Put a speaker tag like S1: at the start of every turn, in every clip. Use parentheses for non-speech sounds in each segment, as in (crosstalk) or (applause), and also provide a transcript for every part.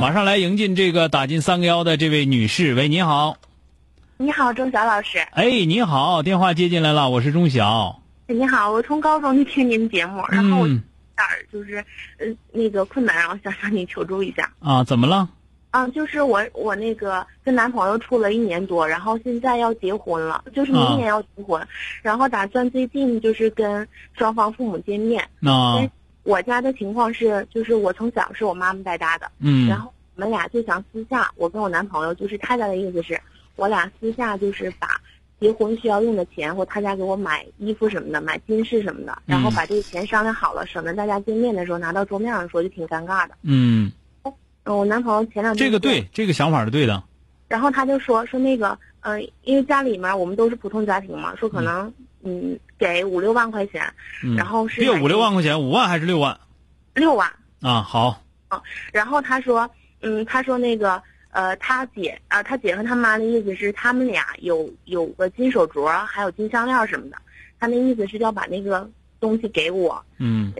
S1: 马上来迎进这个打进三个幺的这位女士，喂，你好，
S2: 你好，钟晓老师。
S1: 哎，你好，电话接进来了，我是钟晓。
S2: 你好，我从高中就听您节目，然后我有
S1: 嗯
S2: 点儿就是，嗯，那个困难，然后想向您求助一下。
S1: 啊，怎么了？
S2: 啊，就是我我那个跟男朋友处了一年多，然后现在要结婚了，就是明年要结婚，然后打算最近就是跟双方父母见面。
S1: 那、
S2: 哎我家的情况是，就是我从小是我妈妈带大的，
S1: 嗯，
S2: 然后我们俩就想私下，我跟我男朋友，就是他家的意思是，哎我俩私下就是把结婚需要用的钱，或他家给我买衣服什么的，买金饰什么的，然后
S1: 嗯
S2: 把这个钱商量好了，省得大家见面的时候拿到桌面上说就挺尴尬的。
S1: 嗯，
S2: 嗯，我男朋友前两天
S1: 这个
S2: 说，
S1: 对，这个想法是对的。
S2: 然后他就说说那个，嗯、因为家里面我们都是普通家庭嘛，说可能嗯给五六万块钱，
S1: 嗯，
S2: 然后是
S1: 别
S2: 买
S1: 五六万块钱，五万还是六万
S2: 六万，
S1: 啊？好，
S2: 然后他说，嗯，他说那个，呃，他姐啊、他姐和他妈的意思是他们俩有有个金手镯，还有金项链什么的，他那意思是要把那个东西给我。
S1: 嗯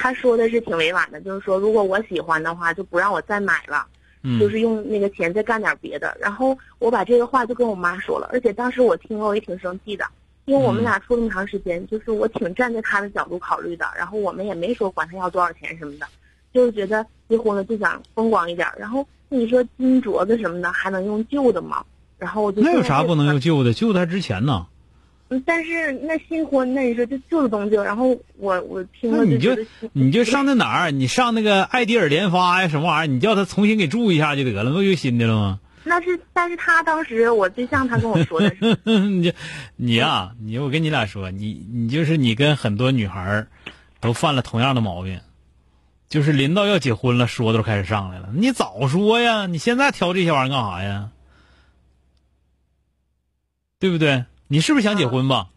S2: 他说的是挺委婉的，就是说如果我喜欢的话，就不让我再买了，
S1: 嗯，
S2: 就是用那个钱再干点别的。然后我把这个话就跟我妈说了，而且当时我听了我也挺生气的。因为我们
S1: 嗯
S2: 俩处那么长时间，就是我挺站在他的角度考虑的，然后我们也没说管他要多少钱什么的，就是觉得结婚了就想风光一点儿。然后你说金镯子什么的还能用旧的吗？然后我就
S1: 那有
S2: 说
S1: 啥不能用？旧的？旧的还值钱呢。
S2: 嗯但是那新婚那你说这旧的东西，然后我我听
S1: 那
S2: 了
S1: 你
S2: 觉
S1: 就
S2: 得
S1: 你就上那哪儿？你上那个爱迪尔联发呀，什么玩意儿？你叫他重新给注一下就得了，不就新的了吗？ (laughs)
S2: 那是，但是他当时我对象他跟我说的
S1: (laughs)
S2: 是，
S1: 你就你呀、你我跟你俩说，你你就是你跟很多女孩儿都犯了同样的毛病，就是临到要结婚了，说都开始上来了。你早说呀！你现在挑这些玩意儿干啥呀？对不对？你是不是想结婚吧？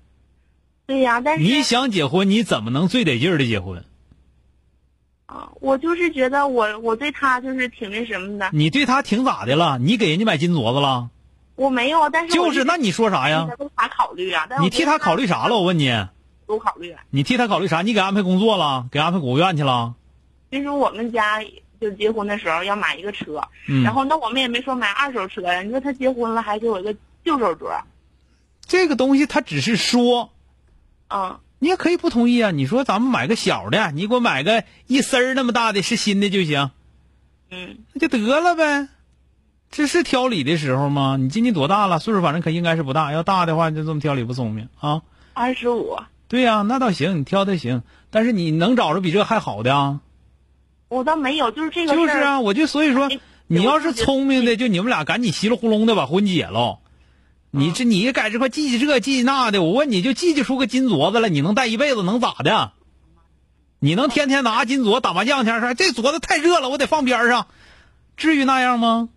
S2: 对呀、但是
S1: 你想结婚，你怎么能最得劲儿的结婚？
S2: 啊，我就是觉得我我对他就是挺那什么的，
S1: 你对他挺咋的了？你给人家买金镯子了？
S2: 我没有，但是我
S1: 就是，那你说啥呀？
S2: 为他考虑啊，但是
S1: 你
S2: 我觉
S1: 替
S2: 得
S1: 他考虑啥了？我问你，
S2: 都考虑。
S1: 你替他考虑啥？你给安排工作了？给安排国务院去了？
S2: 就是我们家就结婚的时候要买一个车，
S1: 嗯，
S2: 然后那我们也没说买二手车呀。你说他结婚了还给我一个旧手镯，
S1: 这个东西他只是说，
S2: 嗯，
S1: 你也可以不同意啊。你说咱们买个小的，你给我买个一丝儿那么大的，是新的就行，
S2: 嗯，
S1: 那就得了呗。这是挑理的时候吗？你今年多大了？岁数反正可应该是不大，要大的话就这么挑理不聪明啊。
S2: 二十五，
S1: 对呀、那倒行，你挑的行，但是你能找着比这还好的啊？
S2: 我倒没有，就是这个
S1: 就
S2: 事
S1: 是
S2: 儿。
S1: 啊，我就所以说
S2: 哎，
S1: 你要是聪明的，就你们俩赶紧稀里糊弄的把婚结了。
S2: 嗯
S1: 你这你在这块记记这记记那的，我问你就记记出个金镯子来，你能戴一辈子能咋的？你能天天拿金镯打麻将去？说这镯子太热了，我得放边上，至于那样吗？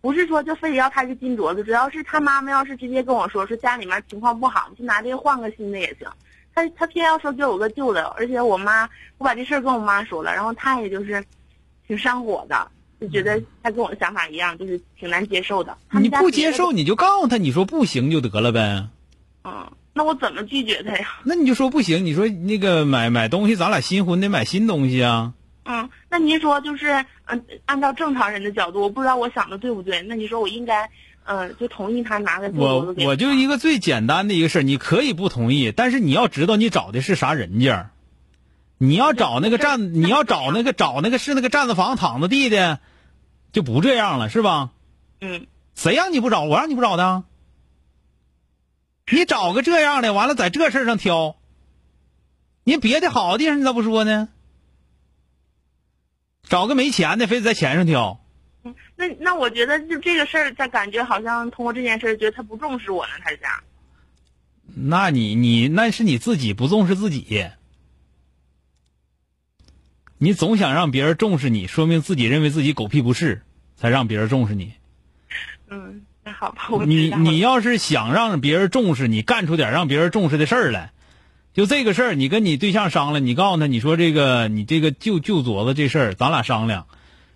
S2: 不是说就非得要他是金镯子，主要是他妈妈要是直接跟我说说家里面情况不好，你就拿这个换个新的也行。他他偏要说给我个旧的，而且我妈我把这事儿跟我妈说了，然后她也就是挺上火的，就觉得她跟我的想法一样，就是挺难接受的。他们
S1: 你
S2: 家
S1: 不
S2: 别
S1: 接
S2: 的
S1: 受，你就告诉他，你说不行就得了呗。
S2: 嗯，那我怎么拒绝他呀？
S1: 那你就说不行，你说那个买买东西，咱俩新婚得买新东西啊。
S2: 嗯，那您说就是，嗯、按照正常人的角度，我不知道我想的对不对。那你说我应该，嗯、就同意
S1: (laughs)
S2: 他拿个金镯子
S1: 我
S2: 给
S1: 我就一个最简单的一个事儿，你可以不同意，但是你要知道你找的是啥人家儿。你要找那个站，你要找那个找那个是那个站子房躺着地的，就不这样了，是吧？
S2: 嗯，
S1: 谁让你不找？我让你不找的？你找个这样的，完了在这事儿上挑，你别的好的地方你咋不说呢？找个没钱的，非得在钱上挑。
S2: 那那我觉得就这个事儿，他感觉好像通过这件事儿，觉得他不重视我呢，他是这样。
S1: 那你你那是你自己不重视自己，你总想让别人重视你，说明自己认为自己狗屁不是，才让别人重视你。
S2: 嗯，那好吧，我
S1: 你
S2: 知道了
S1: 你要是想让别人重视你，干出点让别人重视的事儿来，就这个事儿，你跟你对象商量，你告诉他，你说这个你这个旧旧镯子这事儿，咱俩商量。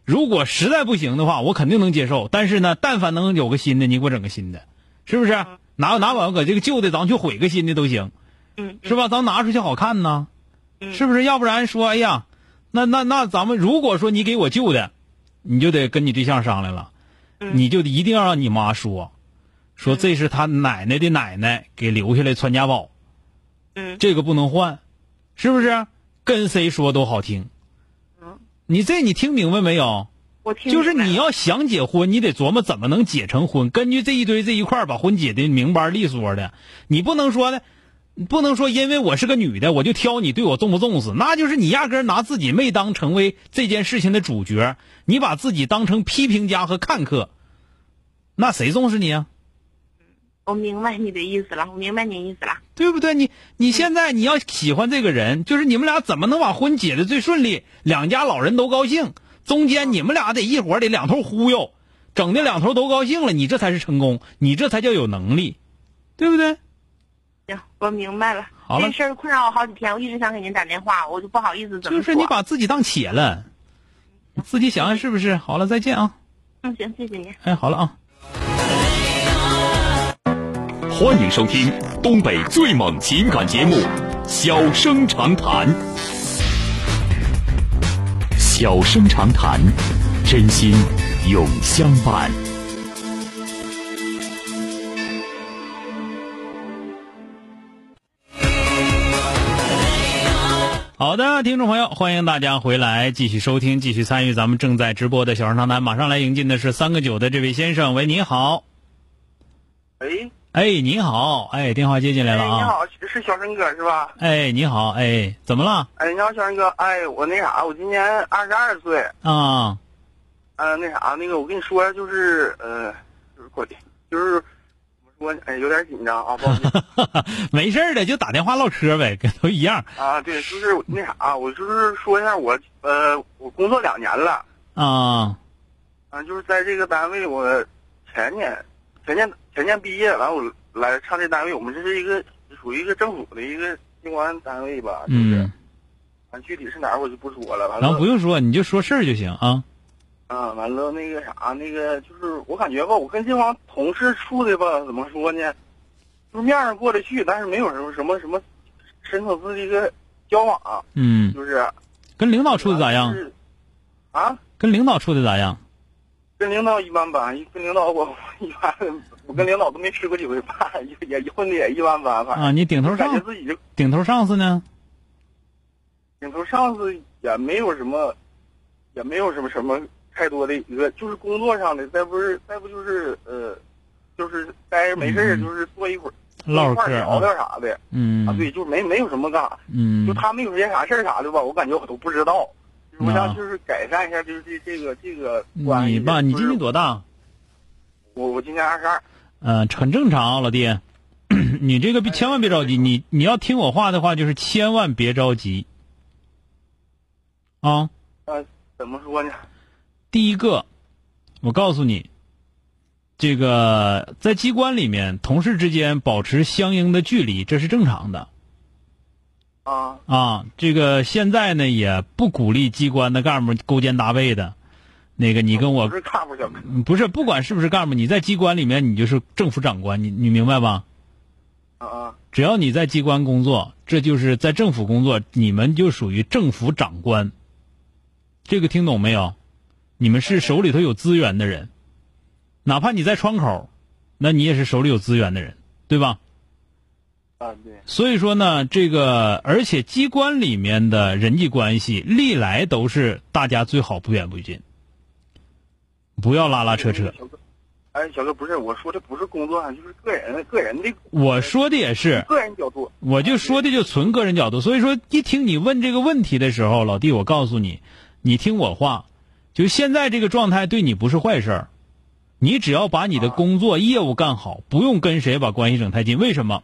S1: 如果实在不行的话，我肯定能接受。但是呢，但凡能有个新的，你给我整个新的，是不是？哪哪管搁这个旧的，咱们去毁个新的都行。
S2: 嗯
S1: 是吧？咱拿出去好看呢，
S2: 嗯
S1: 是不是？要不然说，哎呀，那那那咱们如果说你给我旧的，你就得跟你对象商量了，
S2: 嗯
S1: 你就一定要让你妈说，说这是他奶奶的奶奶给留下来传家宝，
S2: 嗯
S1: 这个不能换，是不是？跟谁说都好听。
S2: 嗯
S1: 你这你听明白没有？
S2: 我听
S1: 就是
S2: 明白
S1: 你
S2: 了
S1: 要想结婚，你得琢磨怎么能结成婚。根据这一堆这一块儿把婚结的明白利索的，你不能说的，不能说因为我是个女的，我就挑你对我重不重视，那就是你压根儿拿自己没当成为这件事情的主角，你把自己当成批评家和看客，那谁重视你啊？
S2: 我明白你的意思了，我明白你意思了。
S1: 对不对？你你现在你要喜欢这个人，就是你们俩怎么能把婚结的最顺利，两家老人都高兴，中间你们俩得一伙儿得两头忽悠，整的两头都高兴了，你这才是成功，你这才叫有能力，对不对？
S2: 行，我明白了。
S1: 好了
S2: 这事儿困扰我好几天，我一直想给您打电话，我就不好意思怎么
S1: 就
S2: 说。
S1: 是你把自己当且了，你自己想想是不是？好了，再见啊！
S2: 嗯，行，谢谢您。
S1: 哎，好了啊。
S3: 欢迎收听东北最猛情感节目《小生长谈》。小生长谈，真心永相伴。
S1: 好的，听众朋友，欢迎大家回来继续收听，继续参与咱们正在直播的小声长谈。马上来迎进的是三个九的这位先生，喂，你好，
S4: 喂，
S1: 哎，你好，哎，电话接进来
S4: 哎，
S1: 了啊。
S4: 你好，是小生哥是吧？
S1: 哎，你好，哎，怎么了
S4: 哎，你好，小生哥，哎，我那啥，我今年二十二岁，
S1: 啊？
S4: 嗯、那啥，那个我跟你说，就是呃，就是过去，就是怎么说呢，哎，有点紧张啊，不好意
S1: (laughs)
S4: 思
S1: 没事儿的，就打电话唠嗑呗，跟都一样
S4: 啊，对，就是那啥，啊我就是说一下我，呃，我工作两年了，
S1: 啊
S4: 啊，就是在这个单位，我前年，前年前年毕业完，我来上这单位，我们这是一个属于一个政府的一个机关单位吧，就是，
S1: 嗯，
S4: 啊具体是哪儿我就不说了，完了
S1: 然后不用说，你就说事儿就行啊。
S4: 啊，完了那个啥，那个就是我感觉吧，我跟这帮同事处的吧，怎么说呢，就是面上过得去，但是没有什么什么什么深层次的一个交往，啊
S1: 嗯，
S4: 就是
S1: 跟领导处的咋样
S4: 就？是？啊，
S1: 跟领导处的咋样？
S4: 跟领导一般般，跟领导我 (laughs) 我一般，我跟领导都没吃过几回饭，也也混的也一般般，反正、
S1: 啊，你顶头
S4: 感觉
S1: 上
S4: 自己就
S1: 顶头上司呢？
S4: 顶头上司也没有什么，也没有什么什么太多的一个，就是工作上的，再不是再不就是呃，就是待着没事儿
S1: 嗯
S4: 就是坐一会儿
S1: 唠
S4: 一块
S1: 会
S4: 儿
S1: 嗑
S4: 聊
S1: 啊，
S4: 聊啥的、啊，
S1: 嗯
S4: 对，就没没有什么干啥，就
S1: 嗯
S4: 他们有些啥事儿啥的吧，我感觉我都不知道。就是我
S1: 啊
S4: 想就是改善一下，就是这这个这个关系。
S1: 你吧，你
S4: 就是
S1: 今年多大？
S4: 我我今年二十二，
S1: 嗯，很正常啊，老弟。 (coughs) 你这个别千万别着急，你你要听我话的话，就是千万别着急啊。
S4: 呃，怎么说呢？
S1: 第一个，我告诉你，这个在机关里面，同事之间保持相应的距离，这是正常的
S4: 啊，
S1: 啊。这个现在呢，也不鼓励机关的干部勾肩搭背的。那个，你跟我
S4: 哦
S1: 嗯
S4: 不是看不小看
S1: 不是，不管是不是干部，你在机关里面，你就是政府长官，你你明白吧？
S4: 啊啊
S1: 只要你在机关工作，这就是在政府工作，你们就属于政府长官。这个听懂没有？你们是手里头有资源的人，哪怕你在窗口，那你也是手里有资源的人，对吧？
S4: 啊，对，
S1: 所以说呢，这个而且机关里面的人际关系历来都是大家最好不远不近，不要拉拉扯扯。
S4: 小哥。哎，小哥不是，我说的不是工作上，啊就是个人个人的
S1: 我说的也是，
S4: 个人角度。
S1: 我就说的就纯个人角度，所以说一听你问这个问题的时候，老弟，我告诉你，你听我话，就现在这个状态对你不是坏事儿，你只要把你的工作业务干好，不用跟谁把关系整太近。为什么？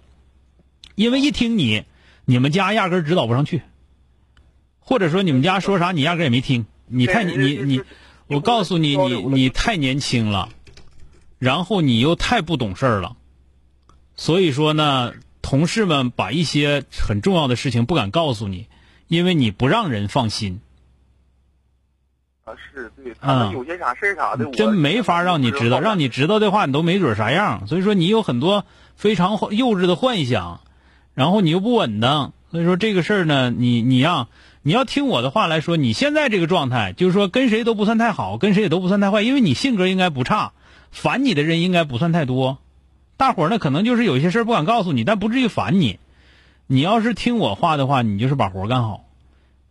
S1: 因为一听你，你们家压根儿指导不上去，或者说你们家说啥你压根儿也没听，你太你
S4: 对
S1: 你
S4: 就是
S1: 你
S4: 就是，
S1: 我告诉你，
S4: 交
S1: 你
S4: 流了
S1: 你太年轻了，然后你又太不懂事儿了。所以说呢，同事们把一些很重要的事情不敢告诉你，因为你不让人放心，
S4: 啊，是对，他们有些啥事儿啥的，我
S1: 嗯真没法让你知道。让你知道的话，你都没准啥样。所以说，你有很多非常幼稚的幻想，然后你又不稳当。所以说这个事儿呢，你你呀，你要听我的话来说，你现在这个状态，就是说跟谁都不算太好，跟谁也都不算太坏，因为你性格应该不差，烦你的人应该不算太多。大伙儿呢，可能就是有一些事儿不敢告诉你，但不至于烦你。你要是听我话的话，你就是把活儿干好。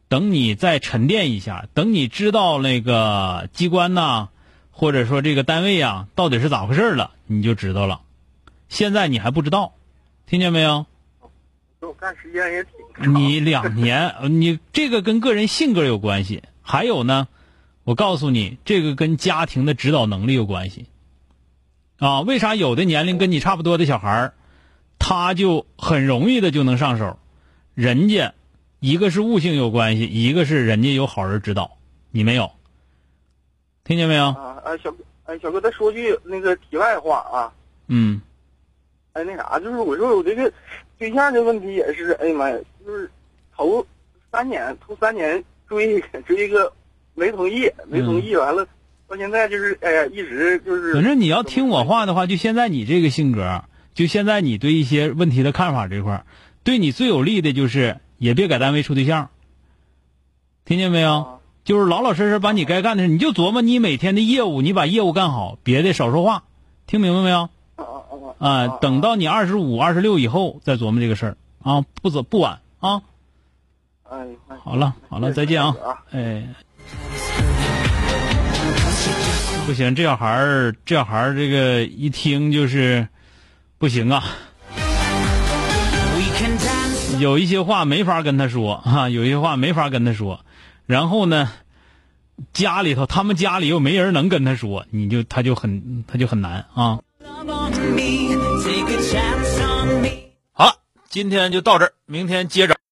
S1: 等你再沉淀一下，等你知道那个机关呐、或者说这个单位啊，到底是咋回事儿了，你就知道了。现在你还不知道，听见没有？
S4: 我干时间也挺长。
S1: 你两年， (laughs) 呃你这个跟个人性格有关系，还有呢，我告诉你，这个跟家庭的指导能力有关系。啊，为啥有的年龄跟你差不多的小孩儿，他就很容易的就能上手？人家一个是悟性有关系，一个是人家有好人指导，你没有？听见没有？
S4: 啊，哎，小哥，哎，小哥，再说句那个题外话啊，
S1: 嗯
S4: 哎，那啥，就是我说我这个对象的问题也是，哎呀妈呀，就是头三年，头三年追追一个没同意，没
S1: 嗯
S4: 同意，完了到现在就是，哎呀，一直就是。
S1: 反正你要听我话的话，就现在你这个性格，就现在你对一些问题的看法这块儿，对你最有利的就是也别给单位处对象，听见没有
S4: 啊？
S1: 就是老老实实把你该干的事，你就琢磨你每天的业务，你把业务干好，别的少说话，听明白没有？
S4: 啊啊啊
S1: 啊，等到你二十五、二十六以后再琢磨这个事儿啊，不早不晚啊。
S4: 哎，那
S1: 好了好了，再见啊！哎，不行，这小孩儿，这小孩儿，这个一听就是不行啊。有一些话没法跟他说哈、有一些话没法跟他说。然后呢，家里头他们家里又没人能跟他说，你就他就很他就很难啊。
S5: 好了，今天就到这儿，明天接着。